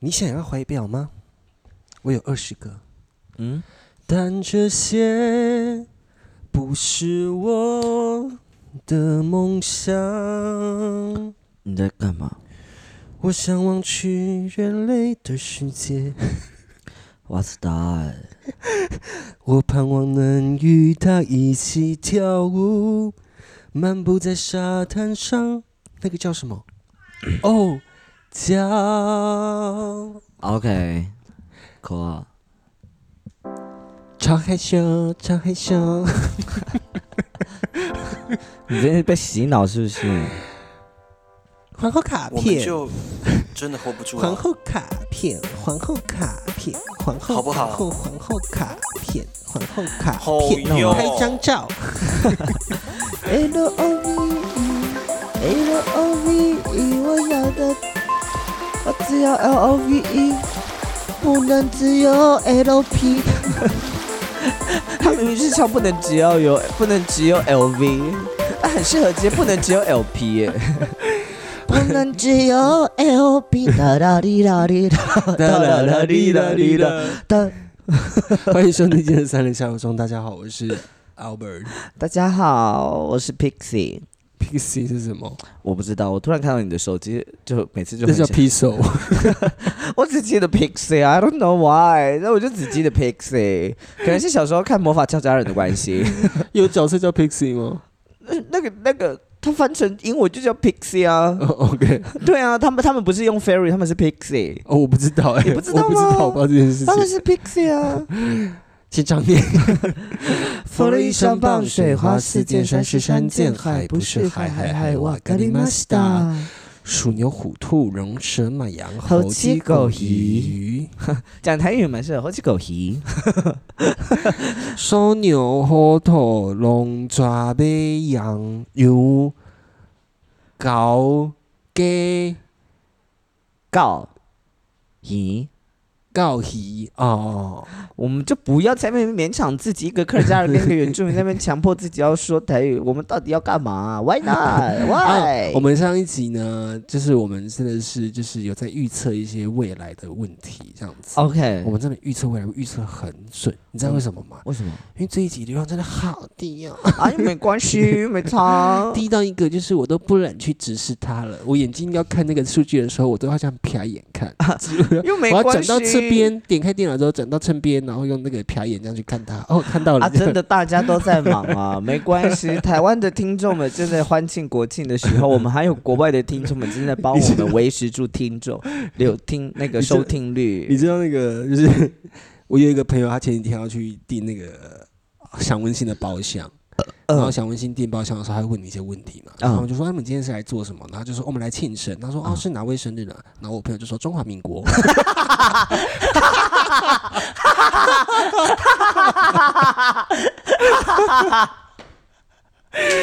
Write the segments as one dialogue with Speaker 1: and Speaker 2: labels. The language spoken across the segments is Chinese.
Speaker 1: 你想要怀表吗？我有二十个，
Speaker 2: 嗯，
Speaker 1: 但这些不是我的梦想。
Speaker 2: 你在干嘛？
Speaker 1: 我向往去人类的世界，
Speaker 2: What's that？
Speaker 1: 我盼望能与他一起跳舞，漫步在沙滩上。那个叫什 么？哦，叫
Speaker 2: OK，可啊，
Speaker 1: 超害羞，超害 羞。
Speaker 2: 你今天被洗脑是不是？
Speaker 1: 皇后卡
Speaker 3: 我们
Speaker 1: 片，
Speaker 3: 就真的 hold 不住啊
Speaker 1: 皇
Speaker 3: 了。
Speaker 1: 啊后卡片，皇后卡片，皇后
Speaker 3: 好不好
Speaker 1: 皇后皇后卡片，皇后卡
Speaker 3: 好
Speaker 1: 片，那我
Speaker 3: 哟
Speaker 1: 拍张照。
Speaker 2: L O V E，L O V E，我要的，我只要 L O V E，不能只有 L P。他明明是唱不能只要有，不能只有 L V，啊，很适合直接不能只有 L P 耶。
Speaker 4: 不能只有 L B 哒哒滴哒滴哒
Speaker 2: 哒啦啦滴啦滴啦。
Speaker 4: 哒。
Speaker 1: 欢迎收听今天的三零下午中，大家好，我是 Albert。
Speaker 2: 大家好，我是 Pixie。
Speaker 1: Pixie 是什么？
Speaker 2: 我不知道，我突然看到你的手机，就每次就
Speaker 1: 那
Speaker 2: 很
Speaker 1: 叫
Speaker 2: 想
Speaker 1: Pixel。
Speaker 2: 我只记得 Pixie，I don't know why，那我就只记得 Pixie，可能是小时候看《魔法俏佳人》的关系。
Speaker 1: 有角色叫 Pixie 吗？
Speaker 2: 那 那个那个，它翻成英文就叫 Pixie 啊
Speaker 1: 哦、。o k
Speaker 2: 对啊，他们他们不是用 Fairy，他们是 Pixie，
Speaker 1: 哦，我不知道哎、
Speaker 2: 你不知
Speaker 1: 我
Speaker 2: 道吗
Speaker 1: 不知道，我不知道这件事
Speaker 2: 他们
Speaker 1: 情。
Speaker 2: 是 Pixie 啊。
Speaker 1: 请长念。
Speaker 4: 佛了一山傍水，花似溅，山是山涧，海不是海，海海哇嘎里玛西达。
Speaker 1: 鼠牛、虎、兔、龙、蛇、马、羊、
Speaker 2: 猴
Speaker 1: 鸡、
Speaker 2: 鸡狗
Speaker 1: 鱼、
Speaker 2: 讲台语蛮适合，猴子狗皮。
Speaker 1: 收牛、虎、兔、龙、蛇、马、羊、牛、狗、鸡、
Speaker 2: 告咦，
Speaker 1: 狗、鱼哦。
Speaker 2: 我们就不要在那边勉强自己一个客家人跟一个原住民在那边强迫自己要说台语， 我们到底要干嘛？Why
Speaker 1: 啊
Speaker 2: not？Why？
Speaker 1: 我们上一集呢，就是我们真的是就是有在预测一些未来的问题，这样子。
Speaker 2: OK，
Speaker 1: 我们真的预测未来预测很准，你
Speaker 2: 嗯
Speaker 1: 知道为什么吗？
Speaker 2: 为什么？
Speaker 1: 因为这一集流量真的好低哦，
Speaker 2: 啊，又没关系，没差。
Speaker 1: 低到一个就是我都不忍去直视它了。我眼睛要看那个数据的时候，我都要这样瞟一眼看。
Speaker 2: 又
Speaker 1: 我
Speaker 2: 啊没
Speaker 1: 要转
Speaker 2: 关系。
Speaker 1: 到这边，点开电脑之后转到这边，然后用那个瞟眼这样去看它。 哦，看到了，
Speaker 2: 啊，真的大家都在忙啊， 没关系。台湾的听众们正在欢庆国庆的 时候，我们还有国外的听众们正在帮我们维持住听众有听那个
Speaker 1: 你知道
Speaker 2: 收听
Speaker 1: 你
Speaker 2: 率。
Speaker 1: 知道那个就是我有一个朋友，他前几天要去订那个呃享温馨的包厢。然
Speaker 2: 呃
Speaker 1: 后享温馨订包厢的时候，他会问你一些问题嘛？然后我就说：“啊他们今天是来做什么？”然后就说：“我们来庆生。”他说：“哦，是哪位生日呢？”然后我朋友就说：“中华民 国。”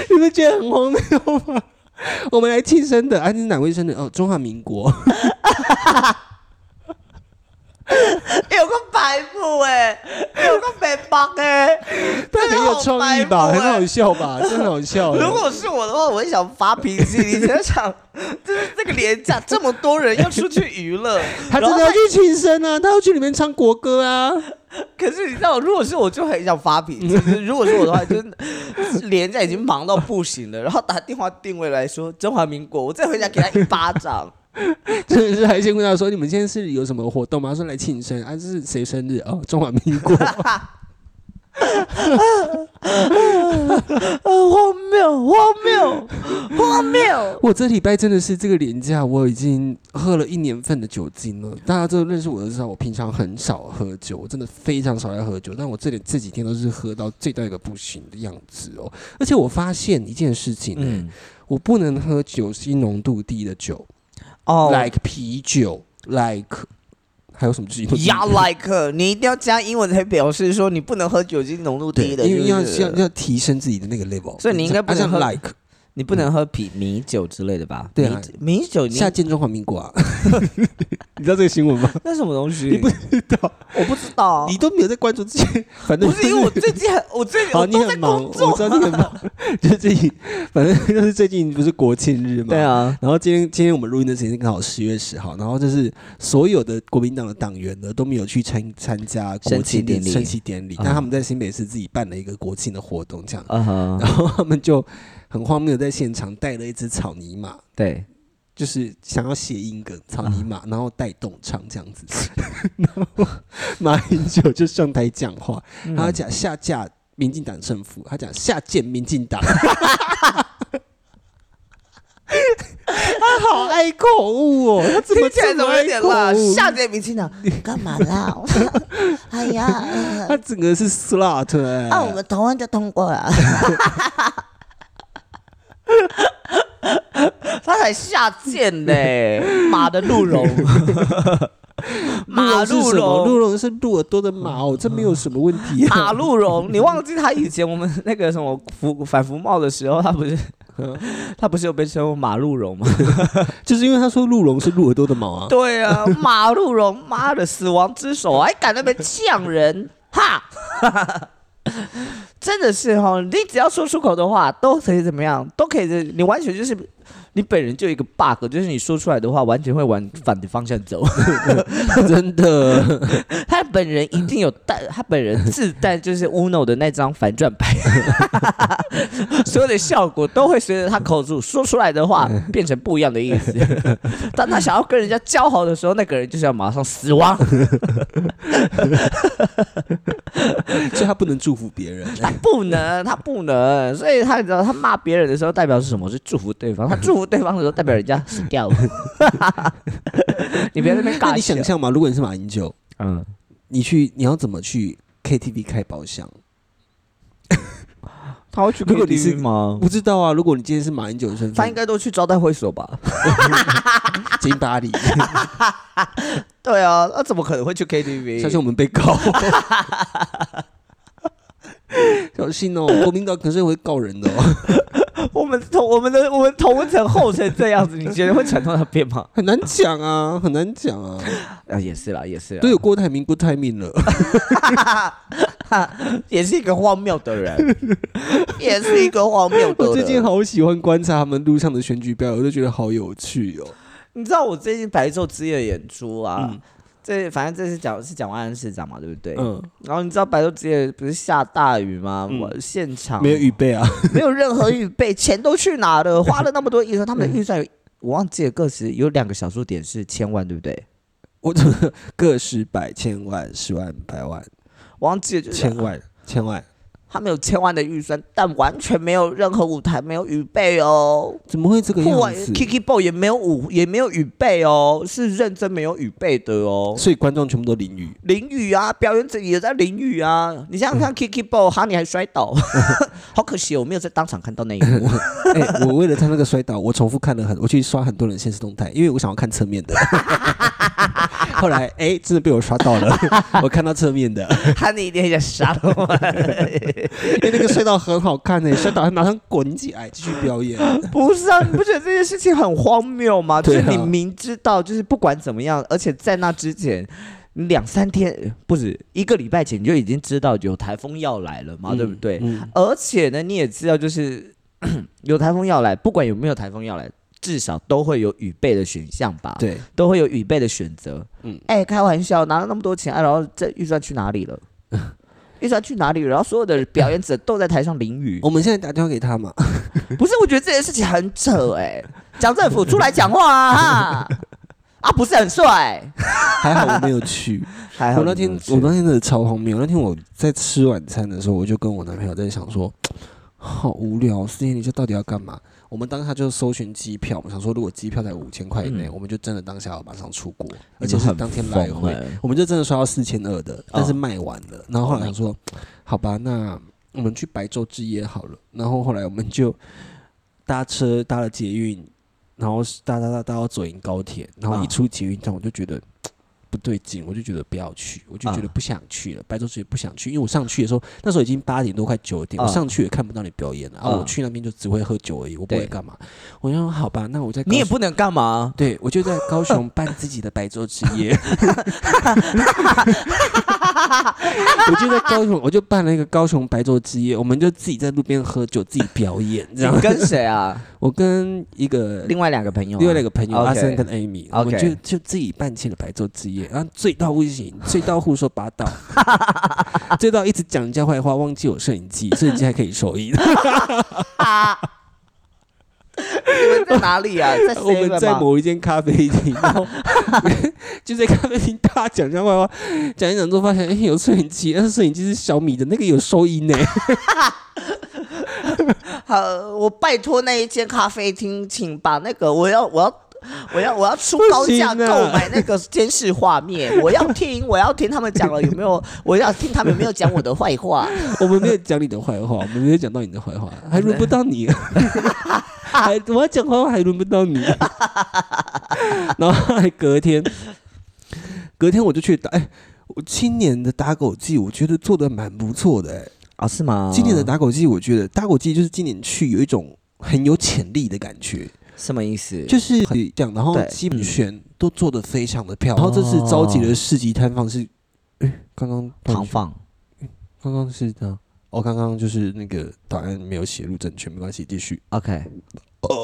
Speaker 1: 你们觉得很荒谬吗？我们来庆生的，啊，你是哪位生日？哦，中华民 国。
Speaker 2: 有个白目哎、有个北方哎、
Speaker 1: 但很有创意吧，很好笑 吧，真的很好笑欸。
Speaker 2: 欸如果是我的话，我会想发脾气。你想想，就是这个廉价，这么多人要出去娱乐，
Speaker 1: 他真的要去庆生啊，他要去里面唱国歌啊，
Speaker 2: 可是你知道，如果是我就很想发脾气。
Speaker 1: 嗯
Speaker 2: 就是如果是我的话，就是连在已经忙到不行了，然后打电话定位来说中华民国，我再回家给他一巴 掌。
Speaker 1: 真的是还先问他说：“你们现在是有什么活动吗？”他说来庆生啊，这是谁生日哦？中华民 国。
Speaker 2: 啊，
Speaker 1: 呃
Speaker 2: 荒谬，荒谬，荒谬！
Speaker 1: 我这礼拜真的是这个廉价，我已经喝了一年份的酒精了。大家都认识我都知道，我平常很少喝酒，我真的非常少在喝酒。但我这里这几天都是喝到醉到一个不行的样子哦。而且我发现一件事情、欸，
Speaker 2: 嗯，
Speaker 1: 我不能喝酒精浓度低的酒。
Speaker 2: 哦
Speaker 1: like 啤酒，like 还有什么自己都
Speaker 2: 呀，like，你一定要加英文才表示说你不能喝酒精浓度低的，
Speaker 1: 因为
Speaker 2: 是
Speaker 1: 要
Speaker 2: 不是
Speaker 1: 要要提升自己的那个 level，
Speaker 2: 所以你应该不
Speaker 1: 啊像
Speaker 2: 能喝
Speaker 1: like
Speaker 2: 你不能喝啤米酒之类的吧？
Speaker 1: 对啊
Speaker 2: 米米酒你
Speaker 1: 下建中华民国啊， 你知道这个新闻 吗？
Speaker 2: 那什么东西？
Speaker 1: 你不知道，
Speaker 2: 我不知道
Speaker 1: 你，都没有在关注这些，反正
Speaker 2: 不是因为我最近很我最 近
Speaker 1: 好，
Speaker 2: 我
Speaker 1: 你
Speaker 2: 都在
Speaker 1: 很忙，
Speaker 2: 工作
Speaker 1: 我，知道你很忙， 就是最近，反正 就是最近不是国庆日嘛，
Speaker 2: 对啊，
Speaker 1: 然后今天今天我们录音的时间刚好十月十号，然后就是所有的国民党的党员呢都没有去参参加国
Speaker 2: 升旗
Speaker 1: 庆的
Speaker 2: 典礼
Speaker 1: 升旗典礼，
Speaker 2: 嗯
Speaker 1: 但他们在新北市自己办了一个国庆的活动，这 样，
Speaker 2: 嗯哼，
Speaker 1: 然后他们就很荒谬，在现场带了一只草泥马，
Speaker 2: 对，
Speaker 1: 就是想要谐音梗草泥马，然后带动唱这样子， 然后马英九就上台讲话，他讲下架民进党政府，他讲下贱民进党， 他好爱口误哦，他怎么
Speaker 2: 听起来
Speaker 1: 这
Speaker 2: 怎么有点
Speaker 1: 爱
Speaker 2: 辣？
Speaker 1: 口误
Speaker 2: 下届明星党，
Speaker 5: 干嘛啦？哎呀，呃
Speaker 1: 他整个是 slut 哎、
Speaker 2: 哦
Speaker 5: 啊，我们同案就通过了。
Speaker 2: 他才下贱嘞， 马的鹿茸，马
Speaker 1: 鹿茸
Speaker 2: 鹿
Speaker 1: 是什么？鹿
Speaker 2: 茸。
Speaker 1: 茸是鹿耳朵的马哦，这没有什么问题、啊。
Speaker 2: 嗯马鹿茸，你忘记他以前我们那个什么服反服贸的时候，他不是
Speaker 1: 嗯
Speaker 2: 他不是有被称呼马鹿茸吗？
Speaker 1: 就是因为他说鹿茸是鹿耳朵的毛啊。
Speaker 2: 对 啊，马鹿茸，妈的，死亡之手还敢那边呛人， 哈！真的是哦，你只要说出口的话，都可以怎么样，都可以的。你完全就是你本人就有一个 bug，就是你说出来的话，完全会往反的方向走。
Speaker 1: 真的，
Speaker 2: 他本人一定有带，他本人自带就是 Uno 的那张反转牌， 所有的效果都会随着他口述说出来 的话变成不一样的意思。当他想要跟人家交好的时候，那个人就是要马上死亡，
Speaker 1: 所以他不能祝福别人。
Speaker 2: 他 不能，他不能，所以他你知道他骂别人的时候代表是什么？是祝福对方，他祝福对方的时候代表人家死 掉了。你别在那边
Speaker 1: 那
Speaker 2: 尬
Speaker 1: 你
Speaker 2: 笑
Speaker 1: 想，象嘛，如果你是马英九，
Speaker 2: 嗯，
Speaker 1: 你去你要怎么去 KTV 开包厢？
Speaker 2: 他会去
Speaker 1: 如果你是
Speaker 2: KTV 吗？
Speaker 1: 不知道啊。如果你今天是马英九的身
Speaker 2: 他应
Speaker 1: 份，
Speaker 2: 该都去招待会所吧？啊
Speaker 1: 金巴 黎，
Speaker 2: 对啊，那怎么可能会去 KTV？
Speaker 1: 相信我们被告。 小心哦，国民党可是会告人的哦，
Speaker 2: 我们同我们的我们同层厚成这样子，你觉得会传到那边吗？
Speaker 1: 很难讲啊，很难讲啊。
Speaker 2: 啊，也是啦，也是啦，
Speaker 1: 都有郭台铭、郭台铭 了，
Speaker 2: 也是一个荒谬的 人，也是一个荒谬
Speaker 1: 我
Speaker 2: 的
Speaker 1: 最
Speaker 2: 人。
Speaker 1: 近好喜欢观察他们路上的选举标语，我就觉得好有趣哦。
Speaker 2: 你知道我最近白昼之夜的演出啊，
Speaker 1: 嗯
Speaker 2: 这反正这是讲是蒋万安市长嘛，对不对？
Speaker 1: 嗯，
Speaker 2: 然后你知道白昼之夜不是下大雨吗？
Speaker 1: 嗯
Speaker 2: 我现场
Speaker 1: 没有预备啊，
Speaker 2: 没有任何预备，钱都去哪了？花了那么多预算，他
Speaker 1: 嗯
Speaker 2: 们的预算有我忘记了，个时有两个小数点是千万，对不对？
Speaker 1: 我怎么个十百千万十万百万
Speaker 2: 我忘记了，就是
Speaker 1: 千万千万，
Speaker 2: 他们有千万的预算，但完全没有任何舞台，没有预备哦。
Speaker 1: 怎么会这个
Speaker 2: 酷玩
Speaker 1: 样子？
Speaker 2: Kiki Boy 也没有舞，也没有预备哦，是认真没有预备的哦。
Speaker 1: 所以观众全部都淋雨。
Speaker 2: 淋雨啊，表演者也在淋雨啊。你想想
Speaker 1: 嗯
Speaker 2: 看，Kiki Boy 哈，你还摔倒， 好可惜哦，我没有在当场看到那一 幕。
Speaker 1: 哎、我为了他那个摔倒，我重复看了很，我去刷很多人现实动态，因为我想要看侧 面的。后来，哎、真的被我刷到了， 我看到侧面的，
Speaker 2: 哈，你一定想杀了 我们？
Speaker 1: 哎因为那个摔倒很好看呢、摔倒还马上滚起来继续表演。
Speaker 2: 不是啊，你不觉得这件事情很荒谬吗？就是
Speaker 1: 对啊
Speaker 2: 你明知道，就是不管怎么样，而且在那之前。你两三天不止一个礼拜前，你就已经知道有台风要来了啊嘛，对不对？
Speaker 1: 嗯，
Speaker 2: 而且呢，你也知道，就是有台风要来，不管有没有台风要来，至少都会有预备的选项吧？，
Speaker 1: 对，
Speaker 2: 都会有预备的选择。
Speaker 1: 嗯
Speaker 2: 嗯，哎、开玩笑，拿了那么多钱，哎、然后这预算去哪里了？ 预算去哪里了？然后所有的表演者都在台上淋雨，
Speaker 1: 我们现在打电话给他嘛，
Speaker 2: 不是？我觉得这件事情很扯哎、蒋政府出来讲话啊！ 哈啊，不是很帅，
Speaker 1: 还好我没有去。
Speaker 2: 还好
Speaker 1: 我那
Speaker 2: 你
Speaker 1: 天
Speaker 2: 没有去
Speaker 1: 我那天真的超荒谬，那天我在吃晚餐的时候，我就跟我男朋友在想说，好无聊，四天你这到底要干嘛？我们当下就搜寻机票，我们想说如果机票在五千块以内，
Speaker 2: 嗯
Speaker 1: 我们就真的当下要马上出国，而
Speaker 2: 你
Speaker 1: 且
Speaker 2: 们
Speaker 1: 是
Speaker 2: 很
Speaker 1: 当天来
Speaker 2: 疯
Speaker 1: 回，
Speaker 2: 哎
Speaker 1: 我们就真的刷到四千二
Speaker 2: 嗯
Speaker 1: 的，但是卖完
Speaker 2: 哦
Speaker 1: 了。然后后来想说，好吧，那我们去白昼之夜好了。然后后来我们就搭车搭了捷运，然后搭搭搭搭到左营高铁，然后一
Speaker 2: 啊
Speaker 1: 出捷运站我就觉得。不对劲，我就觉得不要去，我就觉得不想去
Speaker 2: 啊
Speaker 1: 了。白昼之夜不想去，因为我上去的时候，那时候已经八点多快九点，我
Speaker 2: 啊
Speaker 1: 上去也看不到你表演了啊，
Speaker 2: 啊
Speaker 1: 我去那边就只会喝酒而已，我不会
Speaker 2: 对
Speaker 1: 干嘛。我想好吧，那我在高
Speaker 2: 你也
Speaker 1: 雄
Speaker 2: 不能干嘛？
Speaker 1: 对，我就在高雄办自己的白昼之夜， 我就在高雄，我就办了一个高雄白昼之夜，我们就自己在路边喝酒，自己表演这
Speaker 2: 你
Speaker 1: 样。
Speaker 2: 跟谁啊？
Speaker 1: 我跟一个
Speaker 2: 另外两个朋友啊、
Speaker 1: 另外两个朋友
Speaker 2: OK
Speaker 1: 阿森跟 Amy，我们
Speaker 2: OK
Speaker 1: 就就自己办起了白昼之夜，然后醉到不行，醉到胡说八道，醉到一直讲人家坏话，忘记有摄影机，摄影机还可以收音。
Speaker 2: 你 们在哪里啊？ 在
Speaker 1: 我们
Speaker 2: 7-Eleven
Speaker 1: 在
Speaker 2: 吗
Speaker 1: 某一间咖啡厅，然 后就在咖啡厅大家讲讲坏话，讲一讲之后发现，哎、有摄影机，但是摄影机是小米的，那个有收音 呢、
Speaker 2: 好，我拜托那一间咖啡厅，请把那个我要我要。我要我要出高价
Speaker 1: 不行
Speaker 2: 购
Speaker 1: 啊
Speaker 2: 买那个监视画面，我要听我要听他们讲了有没有，我要听他们有没有讲我的坏话。
Speaker 1: 我们没有讲你的坏话，我们没有讲到你的坏话， 还轮不到你，还我要讲坏话还轮不到 你。然后后来隔天，隔天我就去打，哎、我今年的打狗记，我觉得做的蛮不错的、哎。
Speaker 2: 啊，是吗
Speaker 1: 今年的打狗记，我觉得打狗记就是今年去有一种很有潜力的感觉。
Speaker 2: 什么意思？
Speaker 1: 就是很这样，然后
Speaker 2: 对嗯
Speaker 1: 基本选都做得非常的漂亮。然后这次召集的市集摊贩是，哎，刚刚
Speaker 2: 唐放
Speaker 1: 刚刚是这样，哦，刚刚就是那个档案没有写入正确，没关系，继续。
Speaker 2: ，OK，好，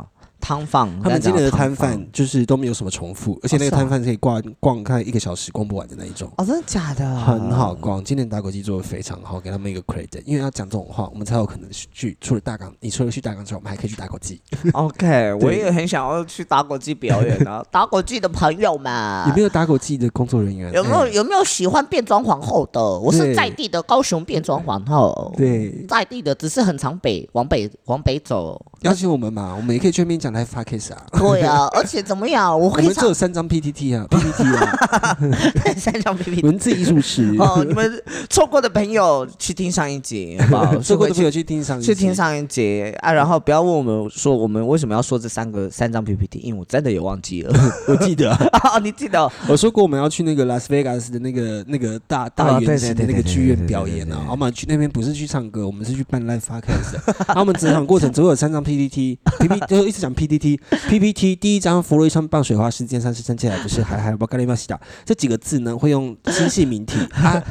Speaker 2: 哦汤放，
Speaker 1: 他们今年的摊
Speaker 2: 刚才讲到
Speaker 1: 贩就是都没有什么重复，而且那个
Speaker 2: 是啊
Speaker 1: 摊贩是可以逛逛看一个小时逛不完的那一种。
Speaker 2: 汤放哦，真的假的？
Speaker 1: 很好逛，今年打狗机做的非常好，给他们一个 credit，因为要讲这种话，我们才有可能去除了大港，你除了去大港之外，我们还可以去打狗机。
Speaker 2: ，OK，我也很想要去打火机表演啊！打火机的朋友们，
Speaker 1: 有没有打狗机的工作人员？
Speaker 2: 啊有没有
Speaker 1: 哎？
Speaker 2: 有没有喜欢变装皇后的？我是
Speaker 1: 对
Speaker 2: 在地的高雄变装皇后，
Speaker 1: 对，
Speaker 2: 在地的，只是很常北往北往北走。
Speaker 1: 邀请我们嘛，我们也可以去那边讲台 f a case 啊。
Speaker 2: 对啊，而且怎么样，我
Speaker 1: 我
Speaker 2: 可以
Speaker 1: 们只
Speaker 2: 唱
Speaker 1: 有三张 PPT 啊，PPT 啊，
Speaker 2: 三张 PPT。
Speaker 1: 文字艺术史。
Speaker 2: 哦，你们错过的朋友去听上一集，好不 好？
Speaker 1: 这个
Speaker 2: 哦去
Speaker 1: 朋友去听上一集
Speaker 2: 去听，上一集啊，然后不要问我们说我们为什么要说这三个三张 PPT，因为我真的也忘记了。
Speaker 1: 我记得啊
Speaker 2: 哦，你记得哦？
Speaker 1: 我说过我们要去那个拉斯维加斯的那个那个大大
Speaker 2: 哦对
Speaker 1: 圆形的
Speaker 2: 对
Speaker 1: 那
Speaker 2: 对
Speaker 1: 个
Speaker 2: 对
Speaker 1: 剧
Speaker 2: 对
Speaker 1: 院
Speaker 2: 对
Speaker 1: 表
Speaker 2: 对
Speaker 1: 演
Speaker 2: 对
Speaker 1: 啊，
Speaker 2: 对
Speaker 1: 我们去那边不是去唱歌，我们是去办 live podcast 的。然后我们整场过程只有三张 PPT，PPT 就一直讲 PPT，PPT 第一张“佛罗伊山棒水花世界三十三千来不是还还不干利巴西达”这几个字呢，会用精细明体啊，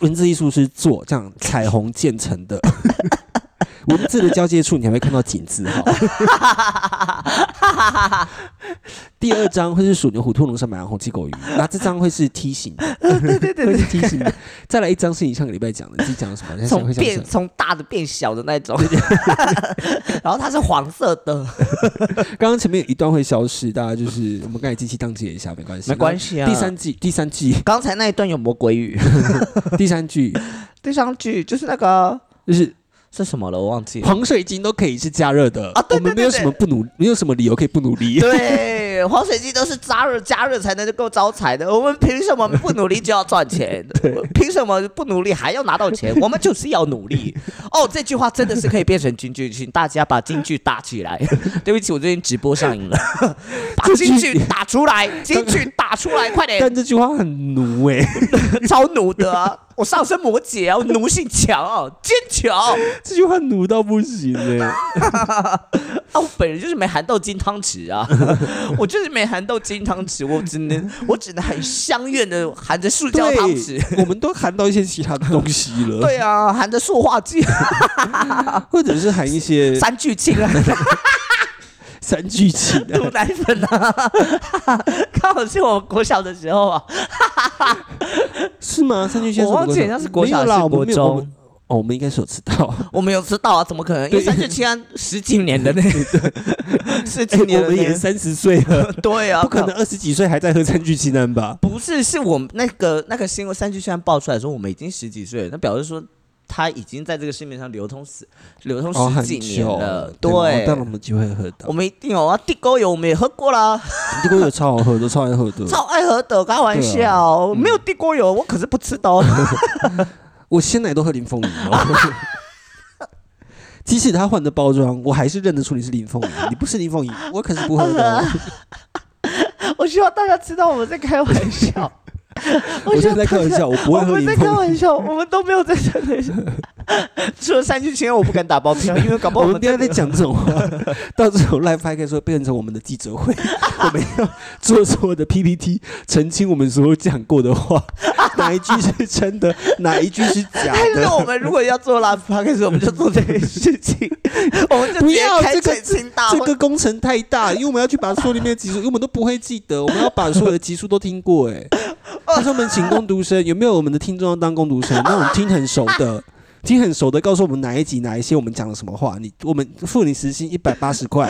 Speaker 1: 文字艺术是做这样彩虹建成的。 文字的交界处，你还会看到井字号。 第二张会是属牛、虎、兔、龙、山、马、羊、红、鸡、狗、鱼，那这张会是梯形 的，对对对，会是梯形的。再来一张是你上个礼拜讲的，你自己讲了什么？你想
Speaker 2: 从
Speaker 1: 会想什
Speaker 2: 变
Speaker 1: 么？
Speaker 2: 从大的变小的那种， 然后它是黄色的，
Speaker 1: 刚刚前面有一段会消失，大家就是我们刚才机器宕机了一下，没关系，
Speaker 2: 没关。系啊。
Speaker 1: 第三季，第三季，
Speaker 2: 刚才那一段有魔鬼语，
Speaker 1: 第三句
Speaker 2: 第三句就是那个
Speaker 1: 就是
Speaker 2: 是什么了，我忘记了。
Speaker 1: 黄水晶都可以是加热的
Speaker 2: 啊对对
Speaker 1: 我们没有什么不努，没有什么理由可以不努 力。
Speaker 2: 对，黄水鸡都是加热加热才能够招财的。我们凭什么不努力就要赚钱？ 凭什么不努力还要拿到钱？我们就是要努力。 哦，这句话真的是可以变成京剧，请大家把京剧打 起来。对不起，我最近直播上瘾了，把
Speaker 1: 这句
Speaker 2: 京剧打 出来，京剧打出来，快点！
Speaker 1: 但这句话很奴哎、
Speaker 2: 超奴的啊、我上升摩羯啊，我奴性强啊，坚强啊，
Speaker 1: 这句话奴到不行 哎、
Speaker 2: 啊我本人就是没含到金汤匙啊， 我就是没含到金汤匙，我只能我只能很香艳的含着塑胶汤匙。
Speaker 1: 对，我们都含到一些其他的东西了，啊
Speaker 2: 对啊，含着塑化剂、
Speaker 1: 或者是含一些
Speaker 2: 三聚氰啊、
Speaker 1: 三聚氰 啊，
Speaker 2: 毒奶粉啊，刚好是我国小的时候啊，
Speaker 1: 是吗？三聚氰
Speaker 2: 我忘记人家是国小
Speaker 1: 没有啦
Speaker 2: 还是
Speaker 1: 我们
Speaker 2: 国
Speaker 1: 没有我
Speaker 2: 中
Speaker 1: 们哦，我们应该是有吃 到。
Speaker 2: 我没有吃到啊，怎么可能？因为
Speaker 1: 对
Speaker 2: 三聚氰胺啊十几年的那个，十几
Speaker 1: 哎，
Speaker 2: 年
Speaker 1: 我
Speaker 2: 的
Speaker 1: 们
Speaker 2: 那
Speaker 1: 也
Speaker 2: 个，
Speaker 1: 三十岁了，
Speaker 2: 对啊，
Speaker 1: 不可能二十几岁还在喝三聚氰胺吧？
Speaker 2: 不是，是我们那个那个新闻三句虽然爆出来说我们已经十几岁了，那表示说他已经在这个市面上流通十流通
Speaker 1: 哦，
Speaker 2: 十
Speaker 1: 很
Speaker 2: 几年
Speaker 1: 久
Speaker 2: 了。
Speaker 1: 对吧，
Speaker 2: 对，
Speaker 1: 但我们机会喝
Speaker 2: 我
Speaker 1: 到。
Speaker 2: 们一定有啊，地沟油我们也喝过啦，
Speaker 1: 这个有超好喝，都超爱喝的。
Speaker 2: 超爱喝的，开玩笑，没有地沟油我可是不吃的哦。
Speaker 1: 我鲜奶都喝林凤营 哦。即使他换 的包装，我还是认得出你是林凤营。你不是林凤营，我可是不喝的哦。
Speaker 2: 我希望大家知道我们在开玩笑。
Speaker 1: 我
Speaker 2: 希
Speaker 1: 现
Speaker 2: 望
Speaker 1: 在在开玩
Speaker 2: 大 家
Speaker 1: 笑，我不
Speaker 2: 我
Speaker 1: 会喝
Speaker 2: 们
Speaker 1: 柠
Speaker 2: 在开
Speaker 1: 檬。
Speaker 2: 玩笑，我们都没有在真的。除了三聚氰胺，我不敢打包票，因为搞不
Speaker 1: 我
Speaker 2: 好
Speaker 1: 们
Speaker 2: 我们
Speaker 1: 不要再讲这种话，到时候 live 还可以说变成我们的记者 会，我们要做所有的 PPT，澄清我们所有讲过的话，哪一句是真的，哪一句是假
Speaker 2: 但是
Speaker 1: 的。
Speaker 2: 哎我们如果要做 live podcast，我们就做这件事情，我们就
Speaker 1: 不
Speaker 2: 直接
Speaker 1: 要
Speaker 2: 开
Speaker 1: 这个
Speaker 2: 澄清大
Speaker 1: 这
Speaker 2: 会。
Speaker 1: 个工程太大，因为我们要去把所有里面的集数，因为我们都不会记得，我们要把所有的集数都听过。 哎，但是我们请工读生，有没有我们的听众要当工读生？那种听很熟的，听很熟的，告诉我们哪一集哪一些我们讲了什么话，你我们付你时薪一百八十 块，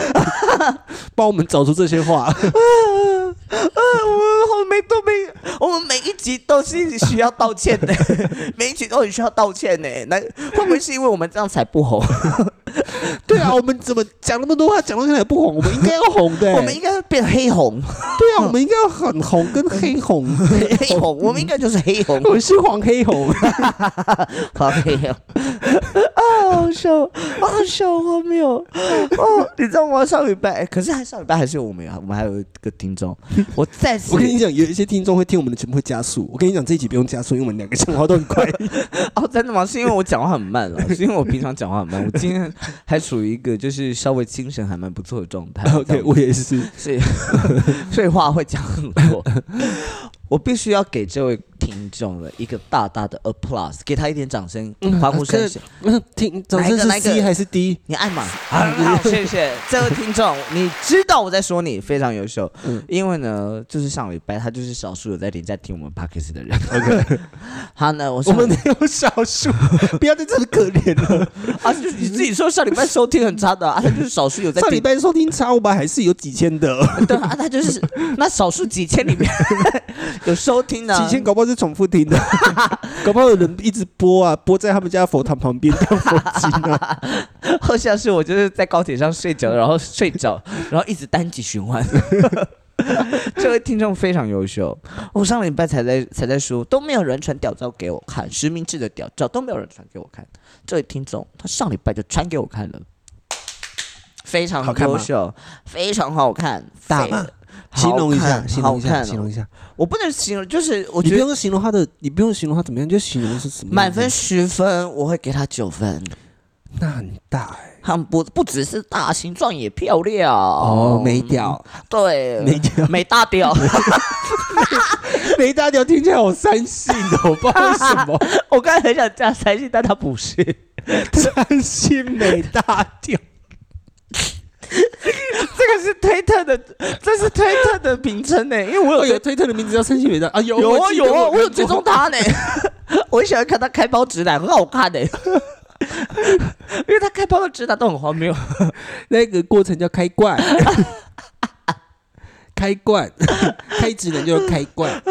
Speaker 1: 帮我们找出这些话。
Speaker 2: 呃，我们没都没，我们每一集都是需要道歉 的，每一集都很需要道歉呢。那会不会是因为我们这样才不红？
Speaker 1: 对啊，我们怎么讲那么多话，讲到现在也不红？我们应该要红的、欸
Speaker 2: 我们应该要变黑红，
Speaker 1: 对啊，我们应该要很红，跟黑红。
Speaker 2: 黑红，我们应该就是黑红，
Speaker 1: 我们是黄黑红，
Speaker 2: 好黑红。啊，好笑， 啊好笑，荒谬！哦，你知道吗？上礼拜，可是还上礼拜还是有我们有，我们还有一个听众，我再 次
Speaker 1: 我跟你讲，有一些听众会听我们的节目会加速。我跟你讲，这一集不用加速，因为我们两个讲话都很快。。
Speaker 2: 哦，真的吗？是因为我讲话很慢 了，是因为我平常讲话很慢。我今天还处于一个就是稍微精神还蛮不错的状态
Speaker 1: OK，我 也是。
Speaker 2: 所以 所以话会讲很多。我必须要给这位听众了一个大大的 applause，给他一点掌声、欢呼声
Speaker 1: 嗯啊可。是那听掌声是
Speaker 2: 哪一个哪一
Speaker 1: C
Speaker 2: 个
Speaker 1: 还是 D？
Speaker 2: 你爱吗？
Speaker 1: 啊
Speaker 2: 好，谢谢这位听众，你知道我在说你非常优秀，
Speaker 1: 嗯
Speaker 2: 因为呢，就是上礼拜他就是少数有在点在听我们 p o d c a s t 的人。OK，好 呢，我
Speaker 1: 我
Speaker 2: 上
Speaker 1: 们没有少数， 不要再这么可怜 了。
Speaker 2: 啊，就是你自己说上礼拜收听很差的啊，他就是少数有在
Speaker 1: 上
Speaker 2: 听
Speaker 1: 礼拜收听差五百还是有几千 的，
Speaker 2: 对啊，他就是那少数几千里面 有收听的、
Speaker 1: 几千搞不好是重复听 的，搞不好有人一直播啊，播在他们家佛堂旁 边当佛经啊。
Speaker 2: 好像是我就是在高铁上睡着，然后睡 着，然后一直单集循环。 这位听众非常优秀，我上礼拜才在才在说都没有人传屌照给我看，实名制的屌照都没有人传给我看。这位听众他上礼拜就传给我看了，非常
Speaker 1: 好看吗
Speaker 2: 优秀，非常好看，
Speaker 1: 大
Speaker 2: 非
Speaker 1: 吗形容一
Speaker 2: 好
Speaker 1: 下，
Speaker 2: 看
Speaker 1: 形容一
Speaker 2: 好
Speaker 1: 下，
Speaker 2: 看哦
Speaker 1: 形容一下。
Speaker 2: 我不能形容，就是我
Speaker 1: 你
Speaker 2: 觉
Speaker 1: 不
Speaker 2: 得
Speaker 1: 用形容他的，你不用形容他怎么样，你就形容是什么样
Speaker 2: 满分，十分，我会给他九分。
Speaker 1: 那很大哎。
Speaker 2: 很欸不不只是大，形状也漂亮
Speaker 1: 哦，嗯没，屌，
Speaker 2: 对，
Speaker 1: 没屌，
Speaker 2: 没大屌，
Speaker 1: 没大屌，听起来好三性哦，我不知道为什 么
Speaker 2: 我刚才很想加三星，但他不 是，
Speaker 1: 三性没大屌。
Speaker 2: 这个是推特的，这是推特的名称呢，因为我
Speaker 1: 哦，
Speaker 2: 有
Speaker 1: 有推特的名字叫三性没大啊，有
Speaker 2: 哎有啊有啊，我有追
Speaker 1: 这
Speaker 2: 踪
Speaker 1: 种
Speaker 2: 他 呢，我很喜欢看他开包直男，很好看呢， 因为他开包的直男都很荒谬，
Speaker 1: 那个过程叫开罐， 开罐， 开职能就叫开罐，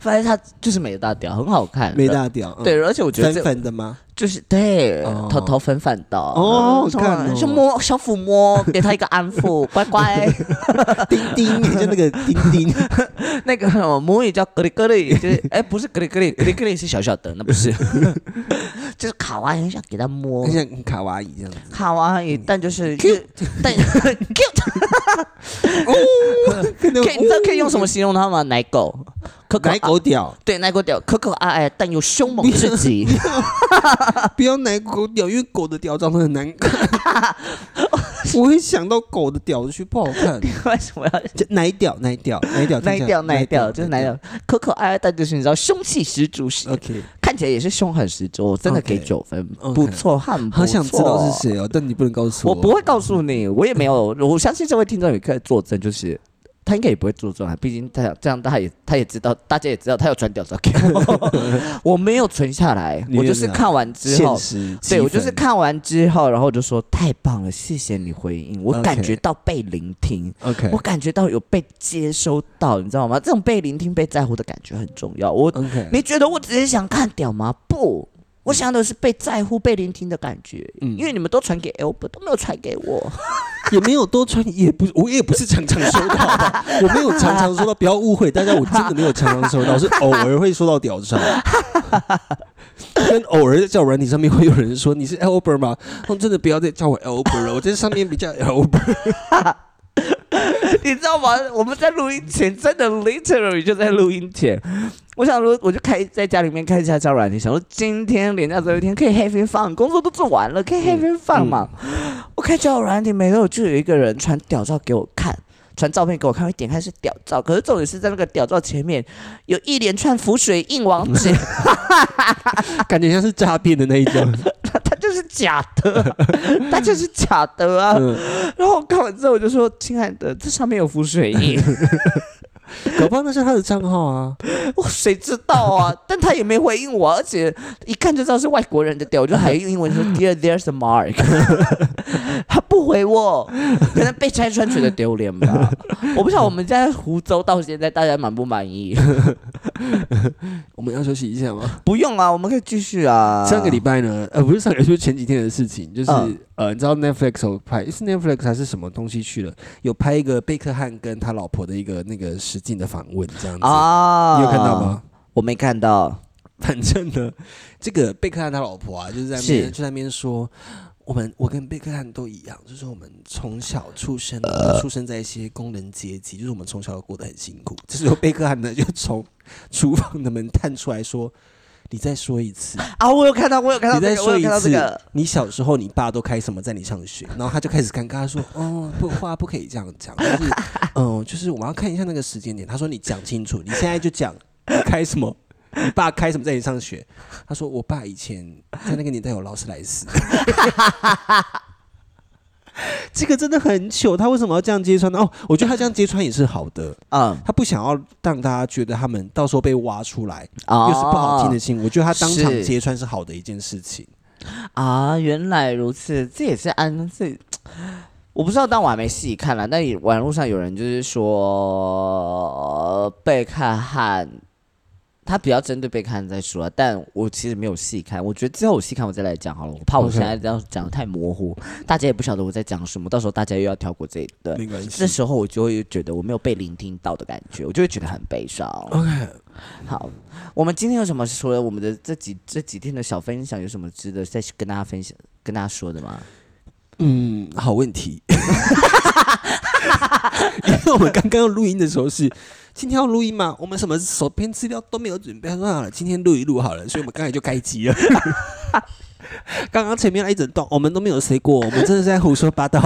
Speaker 2: 反正他就是没大屌，很好看，
Speaker 1: 没。大屌，嗯
Speaker 2: 对，，而且我觉得
Speaker 1: 粉
Speaker 2: 这
Speaker 1: 粉的 吗？
Speaker 2: 就是对
Speaker 1: 哦，
Speaker 2: 头头粉粉的
Speaker 1: 哦好看哦
Speaker 2: 就摸小抚摸，给他一个安 抚，乖乖。
Speaker 1: 丁丁，你就那个丁丁，
Speaker 2: 那个什哦么母语叫格里格 里，就是哎，不是格里格里，格里格里是小小的，那不是， 哎就是卡哇伊，很想给他摸
Speaker 1: 很像很卡哇伊这样 子。
Speaker 2: 卡哇伊，但就是就但 cute，
Speaker 1: 哦 可
Speaker 2: 可以你知道可以用什么？形容它吗？奶哦狗，可可
Speaker 1: 奶狗屌，
Speaker 2: 对奶狗屌，可可爱爱，但又凶猛至极。
Speaker 1: 不要奶狗屌，因为狗的屌长得很难看。 我会想到狗的屌去不好 看，
Speaker 2: 为什么要
Speaker 1: 就奶屌奶屌奶屌
Speaker 2: 奶
Speaker 1: 听起来
Speaker 2: 屌奶屌？就是奶屌，可可爱爱，但就是你知道凶气十足，是
Speaker 1: OK，
Speaker 2: 看起来也是凶狠十足，我真的给
Speaker 1: OK，
Speaker 2: 九分，
Speaker 1: OK
Speaker 2: 不错，很不
Speaker 1: 好想知道
Speaker 2: 错
Speaker 1: 是谁哦，但你不能告诉
Speaker 2: 我不会告诉你，我也没有，我相信这位听众也可以作证，就是他应该也不会作证啊，毕竟他这样他也他也知道，大家也知道他有传屌照给 我，我没有存下来，
Speaker 1: 你
Speaker 2: 我
Speaker 1: 没有
Speaker 2: 就是看完之
Speaker 1: 现
Speaker 2: 后。
Speaker 1: 实气氛，
Speaker 2: 对，我就是看完之后，然后我就说太棒了，谢谢你回应，我
Speaker 1: OK
Speaker 2: 感觉到被聆听
Speaker 1: OK
Speaker 2: 我感觉到有被接收到，你知道吗？这种被聆听、被在乎的感觉很重要。我
Speaker 1: OK，
Speaker 2: 你觉得我只是想看屌吗？不，我想要的是被在乎、被聆听的感觉。
Speaker 1: 嗯
Speaker 2: 因为你们都传给 Albert，都没有传给我。
Speaker 1: 也没有多穿，也不，我也不是常常收到吧，我没有常常收到，不要误会，大家，我真的没有常常 收到，是偶尔会收到屌照。跟偶尔在交友软体上面会有人说你是 Albert 吗？哦，真的不要再叫我 Albert 了，我在上面比较 Albert。
Speaker 2: 你知道吗？我们在录音前，真的 literally 就在录音前，我想说，我就开在家里面开家教软件，想说今天连假最后一天可以 happy fun，工作都做完了，可以 happy fun 嘛。我开交友软体没多久，就有一个人传屌照给我看，传照片给我看，我一点开是屌照，可是重点是在那个屌照前面有一连串浮水印网址，
Speaker 1: 感觉像是诈骗的那一 种。
Speaker 2: 它它就是假 的啊，它就是假的啊。
Speaker 1: 嗯，
Speaker 2: 然后我看完之后我就说：“亲爱的，这上面有浮 水印，
Speaker 1: 搞不好那是他的账号啊。
Speaker 2: 我谁知道啊？”但他也没回应我，而且一看就知道是外国人的屌，我就还用英文 说 “Dear, there's a mark”，他不回我，可能被拆穿觉得丢脸 吧。我不晓得我们家湖州到现在大家满不满意？
Speaker 1: 我们要休息一下吗？
Speaker 2: 不用啊，我们可以继续啊。
Speaker 1: 上个礼拜呢，呃，不是上个，就是前几天的事情，就是、
Speaker 2: 嗯
Speaker 1: 呃，你知道 Netflix 有拍是 Netflix 还是什么东西去了，有拍一个贝克汉跟他老婆的一个那个实境的访问这样子，
Speaker 2: 啊，
Speaker 1: 你有看到吗？？
Speaker 2: 我没看到。
Speaker 1: 反正呢，这个贝克汉他老婆啊，就是在那边
Speaker 2: 是
Speaker 1: 就在那边说，我们我跟贝克汉都一样，就是我们从小出生，呃、出生在一些工人阶级，就是我们从小过得很辛苦。这时候贝克汉呢，就从厨房的门探出来说：“你再说一次，
Speaker 2: 啊，我有看到，我有看到
Speaker 1: 你
Speaker 2: 这
Speaker 1: 再
Speaker 2: 个，我
Speaker 1: 说
Speaker 2: 有
Speaker 1: 一
Speaker 2: 看到这
Speaker 1: 次，
Speaker 2: 个。
Speaker 1: 你小时候你爸都开什么载你上学？”然后他就开始尴尬他说：“哦，不，话不可以这样讲，但 是嗯，就是我们要看一下那个时间点。”他说：“你讲清楚，你现在就讲你开什么。”你爸开什么载你上学？他说：“我爸以前在那个年代有劳斯莱 斯。” 这个真的很糗，他为什么要这样揭穿呢？哦，我觉得他这样揭穿也是好的，
Speaker 2: 嗯
Speaker 1: 他不想要让大家觉得他们到时候被挖出来，
Speaker 2: 啊，
Speaker 1: 又是不好听的新闻。我觉得他当场
Speaker 2: 是
Speaker 1: 揭穿是好的一件事情。
Speaker 2: 啊，原来如此，这也是安这。我不知道，但我还没细看了。但也网络上有人就是说，贝克汉，他比较针对贝克汉在说啊，但我其实没有细看。我觉得之后我细看我再来讲好了，我怕我
Speaker 1: OK
Speaker 2: 现在这样讲的太模糊，大家也不晓得我在讲什么，到时候大家又要跳过这一段。
Speaker 1: 没关系
Speaker 2: 这时候我就会觉得我没有被聆听到的感觉，我就会觉得很悲伤。
Speaker 1: OK，
Speaker 2: 好，我们今天有什么除了我们的这几这几天的小分享，有什么值得再去跟大家分享、跟大家说的吗？
Speaker 1: 嗯，好问题。 因为我们刚刚录音的时候是今天要录音嘛，我们什么手边资料都没有准备，他说好了，今天录一录好了，所以我们刚才就开机了。刚刚前面那一整段我们都没有 say 过，我们真的是在胡说八道、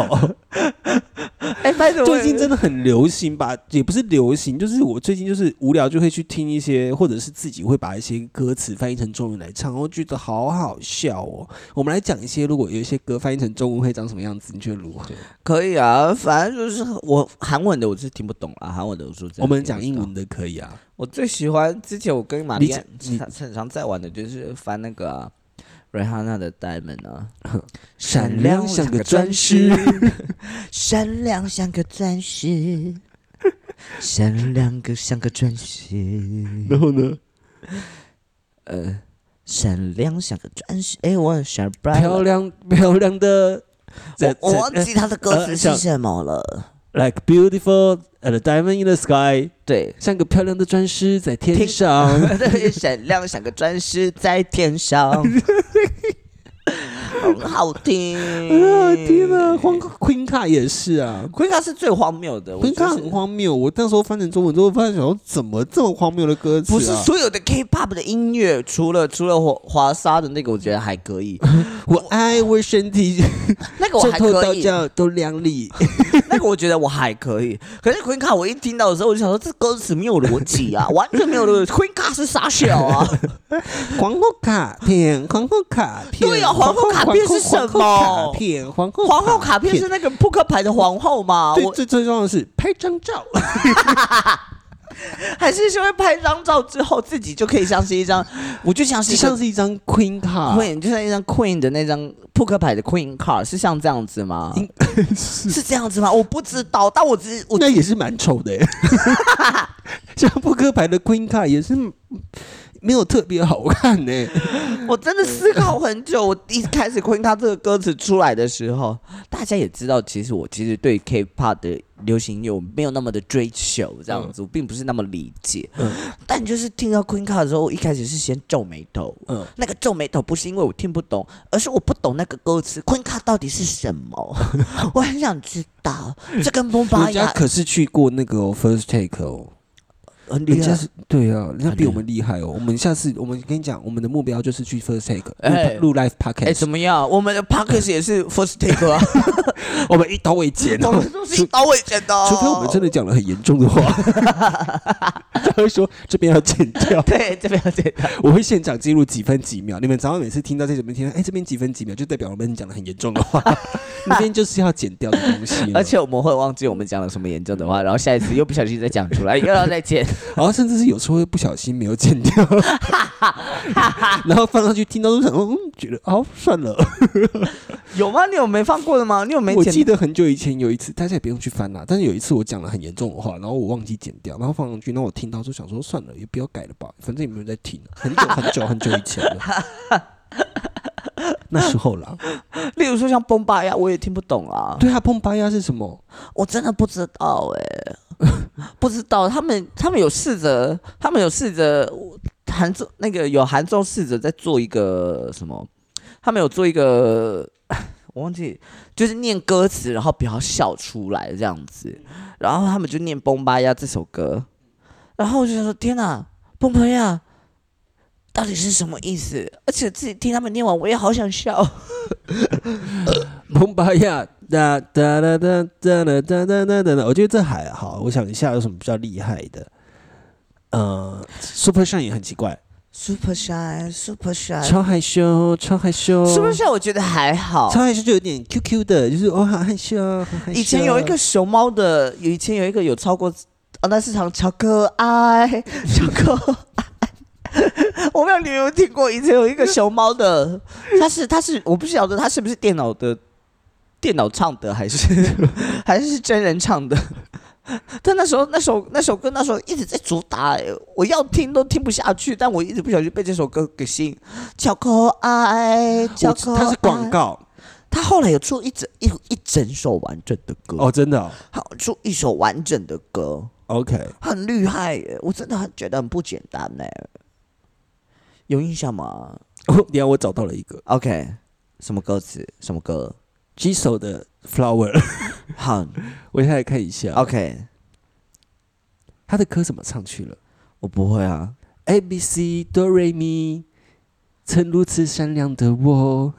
Speaker 2: 哎，拜托
Speaker 1: 最近真的很流行吧，也不是流行，就是我最近就是无聊就会去听一些，或者是自己会把一些歌词翻译成中文来唱，我觉得好好笑哦。我们来讲一些，如果有一些歌翻译成中文会长什么样子，你觉得如何？
Speaker 2: 可以啊，反正就是我韩文的我是听不懂啊，韩文的我说
Speaker 1: 我们讲英，文的可以 啊。
Speaker 2: 我最喜欢之前我跟玛
Speaker 1: 你
Speaker 2: 丽安
Speaker 1: 你
Speaker 2: 常常常在玩的就是翻那个、啊。瑞哈娜的 Diamond 啊，
Speaker 1: 闪亮像个钻石，
Speaker 2: 闪亮像个钻石，闪亮个像个钻石。
Speaker 1: 然后呢，
Speaker 2: 呃，闪亮像个钻石。哎，我很喜欢 b r i
Speaker 1: 漂亮漂亮的，
Speaker 2: 我我忘记他的歌词
Speaker 1: 呃
Speaker 2: 是
Speaker 1: 像
Speaker 2: 什么了。
Speaker 1: 呃 like beautiful a n diamond in the sky，
Speaker 2: 对，
Speaker 1: 像个漂亮的钻石在天
Speaker 2: 天
Speaker 1: 上。
Speaker 2: 对，闪亮像个钻石在天 上，很好听。
Speaker 1: 啊天哪，荒 Queen 卡也是啊。
Speaker 2: 昆卡是最荒谬的，我
Speaker 1: 昆
Speaker 2: 觉
Speaker 1: 卡
Speaker 2: 得
Speaker 1: 很
Speaker 2: 是。
Speaker 1: 荒谬，我那时候翻成中文之后，发现想说怎么这么荒谬的歌词、啊？
Speaker 2: 不是所有的 K-pop 的音乐，除了除了华华沙的那个，我觉得还 可以，
Speaker 1: 我爱我身体，
Speaker 2: 那 个我
Speaker 1: 从
Speaker 2: 还
Speaker 1: 头
Speaker 2: 可
Speaker 1: 到
Speaker 2: 以，
Speaker 1: 脚都亮丽。
Speaker 2: 那个我觉得我还可以。可是昆卡，我一听到的时候，我就想说这歌词没有逻辑 啊，完全没有逻辑。昆卡是傻小啊，
Speaker 1: 皇后卡片，皇后卡片，
Speaker 2: 对啊皇后卡片是什么
Speaker 1: 皇后卡片，皇后
Speaker 2: 皇后卡片是
Speaker 1: 片
Speaker 2: 那个扑克牌的皇后嘛？
Speaker 1: 最
Speaker 2: 我
Speaker 1: 最最重要的是拍张照，
Speaker 2: 还是因为拍张照之后自己就可以像是一张，我就 像是
Speaker 1: 就
Speaker 2: 一
Speaker 1: 像
Speaker 2: 张
Speaker 1: 是一张 Queen 卡，
Speaker 2: Queen，就像一张 Queen 的那张扑克牌的 Queen card，是像这样子吗？
Speaker 1: 应
Speaker 2: 是这样子吗？我不知道，但我只我
Speaker 1: 那也是蛮丑的欸。像扑克牌的 Queen 卡也是没有特别好看呢、
Speaker 2: 我真的思考很久。我一开始听他这个歌词出来的时候，大家也知道，其实我其实对 K-pop 的流行音乐我没有那么的追求，这样子、我并不是那么理解。
Speaker 1: 嗯
Speaker 2: 但就是听到 Queen Card 的时候，我一开始是先皱眉头。
Speaker 1: 嗯，
Speaker 2: 那个皱眉头不是因为我听不懂，而是我不懂那个歌词 Queen Card 到底是 什么。我很想知道，这跟蒙巴
Speaker 1: 人家
Speaker 2: 雅
Speaker 1: 可是去过那个、哦、first take 哦，
Speaker 2: 很厉
Speaker 1: 人家
Speaker 2: 害。哎
Speaker 1: 是对啊，人家比
Speaker 2: 很厉害
Speaker 1: 我们厉害哦。我们下次我们跟你讲，我们的目标就是去 first take
Speaker 2: 哎
Speaker 1: 录录 live
Speaker 2: 哎，
Speaker 1: podcast，
Speaker 2: 怎么样？我们的 Parkers 也是 First Take 啊，
Speaker 1: 我们一刀未剪
Speaker 2: 我
Speaker 1: 哦。
Speaker 2: 们都哦是一刀未剪的哦。
Speaker 1: 除非我们真的讲了很严重的话， 他会说这边要剪掉。
Speaker 2: 对这边要剪掉。
Speaker 1: 我会现场记录几分几秒。你们早上每次听到这里，每听到哎这边几分几秒，就代表我们讲的很严重的话， 那边就是要剪掉的东西了。
Speaker 2: 而且我们会忘记我们讲了什么严重的话，然后下一次又不小心再讲出来，又要再剪。
Speaker 1: 然后甚至是有时候会不小心没有剪掉，然后放上去听到都想说，嗯，觉得哦算了。
Speaker 2: 有吗？你有没放过的吗？你有没
Speaker 1: 我
Speaker 2: 剪？
Speaker 1: 记得很久以前有一次，大家也不用去翻啦。但是有一次我讲了很严重的话，然后我忘记剪掉，然后放上去，然后我听到就想说算了，也不要改了吧，反正也没有人在听。很久很久很久以前了，那时候啦。
Speaker 2: 例如说像崩巴呀，我也听不懂啊，
Speaker 1: 对啊，崩巴呀是什么？
Speaker 2: 我真的不知道哎、不知道。他们他们有试着，他们有试着韩中那个有韩中试着在做一个什么，他们有做一个。我忘记，就是念歌词，然后不要笑出来这样子，然后他们就念《崩巴呀》这首歌，然后我就想说天哪，崩巴呀到底是什么意思？而且自己听他们念完，我也好想笑。
Speaker 1: 崩巴呀，哒哒哒哒哒哒哒哒哒哒哒。我觉得这还好，我想一下有什么比较厉害的。呃，Super Shine 也很奇怪，
Speaker 2: Super shy, super shy，
Speaker 1: 超害羞，超害羞，
Speaker 2: 是不是？我觉得还好。
Speaker 1: 超害羞就有点 QQ 的，就是我好害羞，很害羞。
Speaker 2: 以前有一个熊猫的，以前有一个有超过，啊，那是场巧可爱， 巧可爱。我不知道你有没有听过，以前有一个熊猫的，它是它是，我不晓得它是不是电脑的，电脑唱的还是 还是真人唱的。但那时候那首那首歌那时候一直在主打、欸，我要听都听不下去，但我一直不小心被这首歌给吸引。巧可爱，巧
Speaker 1: 我
Speaker 2: 可爱，
Speaker 1: 它是广告
Speaker 2: 他后来有出一整一一整首完整的歌，
Speaker 1: 哦，真的哦、
Speaker 2: 好出一首完整的歌，
Speaker 1: OK，
Speaker 2: 很厉害耶！我真的很觉得很不简单呢。有印象吗
Speaker 1: 等一下我找到了一个
Speaker 2: ？OK，什么歌词？什么歌？
Speaker 1: g i s o 的 Flower，
Speaker 2: 好
Speaker 1: 我现在看一下
Speaker 2: ，OK，
Speaker 1: 他的歌怎么唱去了
Speaker 2: 我不会啊。
Speaker 1: ？A B C 哆瑞咪，曾如此善良的我，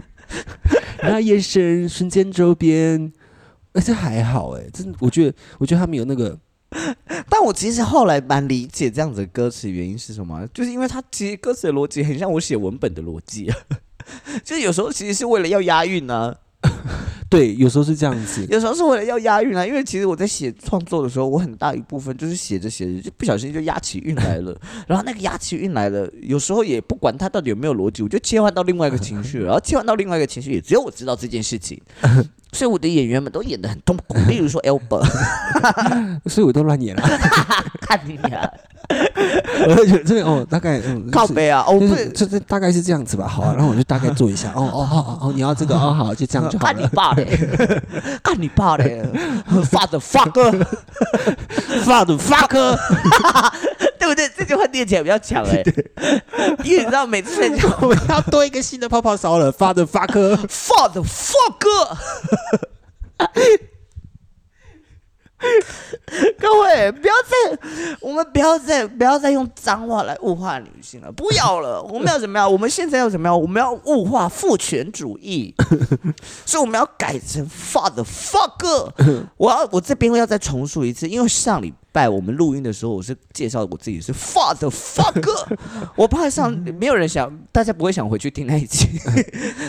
Speaker 1: 那眼神瞬间周边。哎、这还好哎、真我觉得，我觉得他们有那个，
Speaker 2: 但我其实后来蛮理解这样子的歌词原因是什么，就是因为它其实歌词的逻辑很像我写文本的逻辑，啊 就是有时候其实是为了要押韵呢、啊。
Speaker 1: 对，有时候是这样子。
Speaker 2: 有时候是为了要押韵啊，因为其实我在写创作的时候，我很大一部分就是写着写着就不小心就押起韵来了，然后那个押起韵来了，有时候也不管它到底有没有逻辑，我就切换到另外一个情绪，然后切换到另外一个情绪，也只有我知道这件事情，所以我的演员们都演得很痛苦。例如说 Albert，
Speaker 1: 所以我都乱演了。
Speaker 2: 看你啊，
Speaker 1: 我就觉得真的哦，大概、嗯、
Speaker 2: 靠
Speaker 1: 是
Speaker 2: 背啊，哦
Speaker 1: 就
Speaker 2: 不
Speaker 1: 是
Speaker 2: 是，
Speaker 1: 这这大概是这样子吧，好、啊，然后我就大概做一下，哦哦好 好好，你要这个哦好，就这样就好
Speaker 2: 看你
Speaker 1: 了。
Speaker 2: 爸嘞，看你爸嘞，father fuck，
Speaker 1: Father fuck，
Speaker 2: 对不对？这句话念起来比较强哎、因为你知道每次在讲
Speaker 1: 我们要多一个新的泡泡烧了。Father fuck，
Speaker 2: Father fuck！各位，不要再，我们不要再，不要再用脏话来物化女性了，不要了。我们要怎么样？我们现在要怎么样？我们要物化父权主义，所以我们要改成 father fuck！我要，我这边要再重述一次，因为上礼拜我们录音的时候，我是介绍我自己是 father fuck，我怕上没有人想，大家不会想回去听那一集。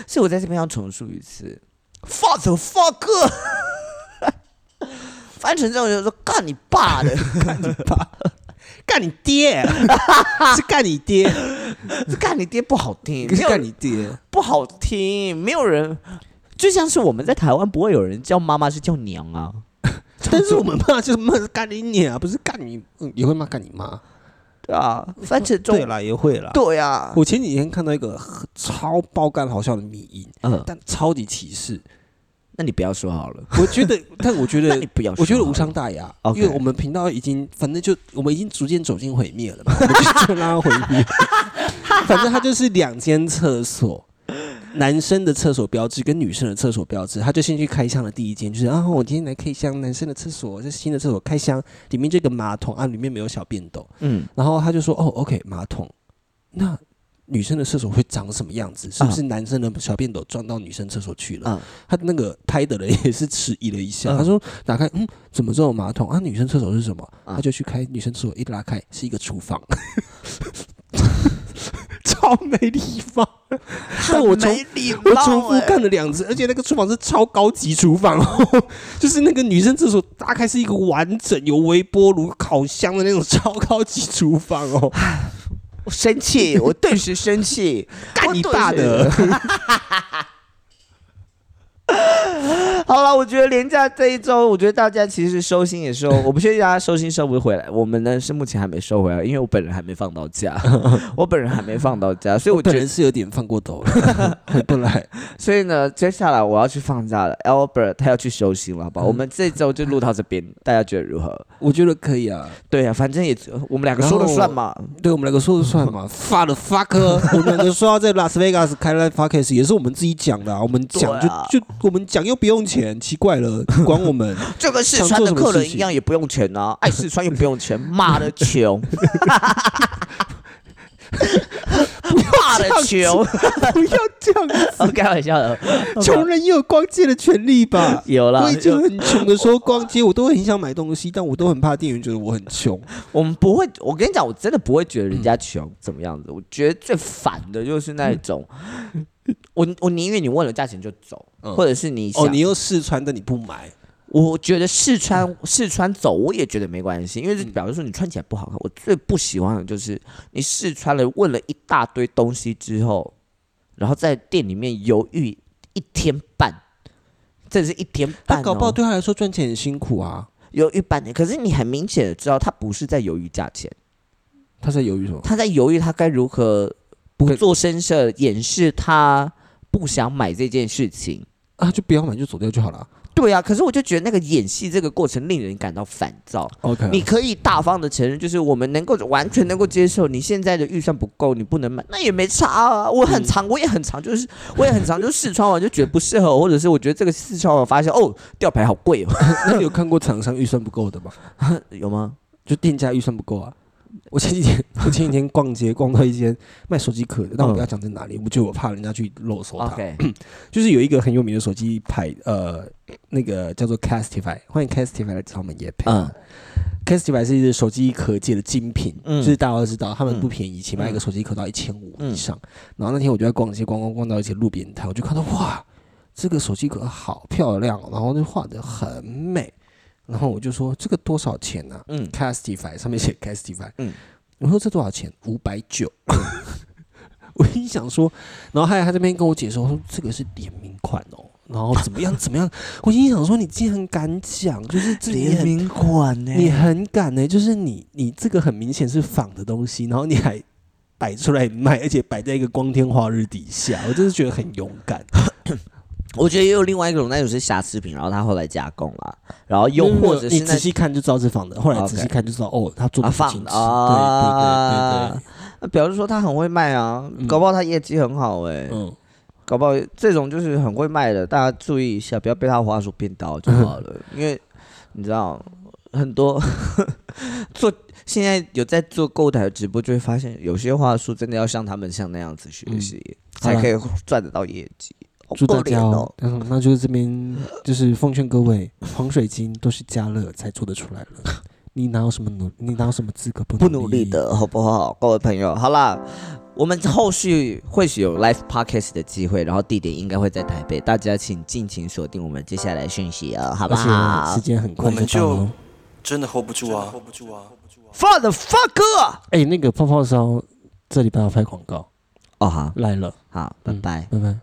Speaker 2: 所以我在这边要重述一次，father fuck，翻成这种就是说干你爸的，
Speaker 1: 干你爹， 是干你爹，
Speaker 2: 这干你爹不好听，
Speaker 1: 可
Speaker 2: 没
Speaker 1: 是
Speaker 2: 有
Speaker 1: 干你爹。
Speaker 2: 不好听，没有人，就像是我们在台湾不会有人叫妈妈是叫娘啊，
Speaker 1: 但是我们骂就是骂是干你娘，不是干你，嗯也会骂干你妈。
Speaker 2: 对啊，翻成中
Speaker 5: 对啦，也会啦。
Speaker 2: 对啊，
Speaker 1: 我前几天看到一个很超爆干好笑的迷因，
Speaker 2: 嗯，
Speaker 1: 但超级歧视。
Speaker 2: 那你不要说好了，
Speaker 1: 我觉得， 但我觉
Speaker 2: 那你
Speaker 1: 得，
Speaker 2: 不要
Speaker 1: 我
Speaker 2: 说好了，
Speaker 1: 觉得无伤大雅，
Speaker 2: OK
Speaker 1: 因为我们频道已经，反正就我们已经逐渐走进毁灭了嘛，我们就就让它毁灭。反正它就是两间厕所。男生的厕所标志跟女生的厕所标志，他就先去开箱了第一间，就是啊，我今天来开箱男生的厕所，这是新的厕所开箱，里面这个马桶啊，里面没有小便斗，
Speaker 2: 嗯，
Speaker 1: 然后他就说：“哦，OK，马桶。那女生的厕所会长什么样子？是不是男生的小便斗撞到女生厕所去了？”
Speaker 2: 嗯
Speaker 1: 他那个拍的人也是迟疑了一下，
Speaker 2: 嗯
Speaker 1: 他说：“打开，嗯，怎么这种马桶啊？女生厕所是什么？”
Speaker 2: 嗯
Speaker 1: 他就去开女生厕所，一拉开是一个厨房，超没礼貌。 但我重
Speaker 2: 没礼貌
Speaker 1: 我重复
Speaker 2: 欸
Speaker 1: 看了两次，而且那个厨房是超高级厨房 哦，就是那个女生厕所大概是一个完整有微波炉、烤箱的那种超高级厨房哦。
Speaker 2: 我 生气，我顿时生气，
Speaker 1: 干
Speaker 2: 我
Speaker 1: 你
Speaker 2: 顿
Speaker 1: 爸
Speaker 2: 时
Speaker 1: 的！
Speaker 2: 好了，我觉得廉价这一周，我觉得大家其实收心也 收，我不确定大家收心收不回来。我们呢是目前还没收回来，因为我本人还没放到 假，我本人还没放到假，所以我觉
Speaker 1: 本
Speaker 2: 得
Speaker 1: 人，是有点放过头了， 回不来。
Speaker 2: 所以呢，接下来我要去放假了，Albert 他要去休息了，好
Speaker 1: 嗯
Speaker 2: 不好？我们这周就录到这边，大家觉得如何？
Speaker 1: 我觉得可以啊，
Speaker 2: 对呀、反正也我们两个说了算嘛。
Speaker 1: 对我们两个说了算 嘛。发的 fuck，我们两个说要在拉斯维加斯开 live podcast 也是我们自己讲的、啊，我们讲
Speaker 2: 对
Speaker 1: 就、
Speaker 2: 啊
Speaker 1: 就我们讲又不用钱，奇怪了，管我 们。
Speaker 2: 就跟四川的客人一样，也不用钱 啊，爱四川又不用钱，妈的穷，妈的穷，
Speaker 1: 不要这样子，
Speaker 2: 开玩笑 的，
Speaker 1: 穷人也有逛街的权利吧？
Speaker 2: 有啦
Speaker 1: 我以，前很穷的时候逛街，我都很想买东西，但我都很怕店员觉得我很 穷。
Speaker 2: 我们不会，我跟你讲，我真的不会觉得人家穷怎么样子，我觉得最烦的就是那种，我我宁愿你问了价钱就走，
Speaker 1: 嗯
Speaker 2: 或者是你
Speaker 1: 哦，
Speaker 2: 想
Speaker 1: 你又试穿的你不买，
Speaker 2: 我觉得试穿试穿走我也觉得没关系，因为这表示说你穿起来不好看。我最不喜欢的就是你试穿了，问了一大堆东西之后，然后在店里面犹豫一天半，这是一天半、
Speaker 1: 但
Speaker 2: 哦，
Speaker 1: 搞不好对他来说赚钱很辛苦啊。
Speaker 2: 犹豫半年。可是你很明显的知道他不是在犹豫价钱，
Speaker 1: 他在犹豫什么？
Speaker 2: 他在犹豫他该如何不做声色，掩饰他不想买这件事情。
Speaker 1: 啊，就不要买，就走掉就好了。
Speaker 2: 对啊，可是我就觉得那个演戏这个过程令人感到烦躁。
Speaker 1: OK，
Speaker 2: 你可以大方的承认，就是我们能够完全能够接受你现在的预算不够，你不能买，那也没差啊。我很常，我也很常，就是我也很常就试穿完就觉得不适合我，或者是我觉得这个试穿完发现哦吊牌好贵哦，
Speaker 1: 那你有看过厂商预算不够的吗？
Speaker 2: 有吗？
Speaker 1: 就店家预算不够啊。我前几天，我前几天逛街逛到一间卖手机壳的，但我不要讲在哪里，我觉得我怕人家去露手它。
Speaker 2: OK，
Speaker 1: 就是有一个很有名的手机牌，呃，那个叫做 Castify，欢迎 Castify 来找我们也配。
Speaker 2: 嗯
Speaker 1: Castify 是一个手机壳界的精品，
Speaker 2: 嗯
Speaker 1: 就是大家都知道，他们不便宜，起码一个手机壳到一千五以上。
Speaker 2: 嗯
Speaker 1: 然后那天我就在逛街，逛逛逛到一些路边摊，我就看到哇，这个手机壳好漂亮哦，然后就画的很美，然后我就说这个多少钱呢、啊？
Speaker 2: 嗯
Speaker 1: Castify 上面写 Castify，
Speaker 2: 嗯
Speaker 1: 我说这多少钱？五百九。 我一想说，然后还他这边跟我解释，我说这个是联名款哦，然后怎么样怎么样，我心想说你竟然敢讲，就是这你很
Speaker 2: 名款呢
Speaker 1: 你很敢呢、就是你你这个很明显是仿的东西，然后你还摆出来卖，而且摆在一个光天化日底下，我真是觉得很勇敢。
Speaker 2: 我觉得也有另外一种那种是瑕疵品，然后他后来加工啦，然后又或者
Speaker 1: 你
Speaker 2: 是那
Speaker 1: 仔细看就知道是仿的，后来
Speaker 2: OK
Speaker 1: 仔细看就知道哦，他做
Speaker 2: 啊
Speaker 1: 的
Speaker 2: 放
Speaker 1: 精致，
Speaker 2: 啊
Speaker 1: 对对对对对。
Speaker 2: 那表啊示说他很会卖啊，
Speaker 1: 嗯
Speaker 2: 搞不好他业绩很好哎、
Speaker 1: 嗯，
Speaker 2: 搞不好这种就是很会卖的，大家注意一下，不要被他话术骗到就好 了。因为你知道，很多 做现在有在做购物台的直播，就会发现有些话术真的要像他们像那样子学习，
Speaker 1: 好
Speaker 2: 才
Speaker 1: 啦
Speaker 2: 可以赚得到业绩。嗯好
Speaker 1: 祝
Speaker 2: 可
Speaker 1: 大
Speaker 2: 怜
Speaker 1: 家
Speaker 2: 哦！，
Speaker 1: 嗯，那就是这边就是奉劝各位，黄水晶都是加热才做得出来了，你哪有什么努，你哪有什么资格不
Speaker 2: 不
Speaker 1: 努
Speaker 2: 努力？的好不好，各位朋友？好啦，我们后续会是有 live podcast 的机会，然后地点应该会在台北，大家请尽情锁定我们接下来讯息啊，好不
Speaker 1: 而且
Speaker 2: 好
Speaker 1: 时间很快
Speaker 3: 我们
Speaker 1: 到了
Speaker 3: 就
Speaker 1: 哦。
Speaker 3: 真的 hold 不住啊！hold 不住啊！
Speaker 2: ？For the fuck！
Speaker 1: 哎，那个泡泡烧这礼拜要拍广告
Speaker 2: 哦好，
Speaker 1: 来了，
Speaker 2: 好，拜
Speaker 1: 嗯
Speaker 2: 拜。
Speaker 1: 拜拜。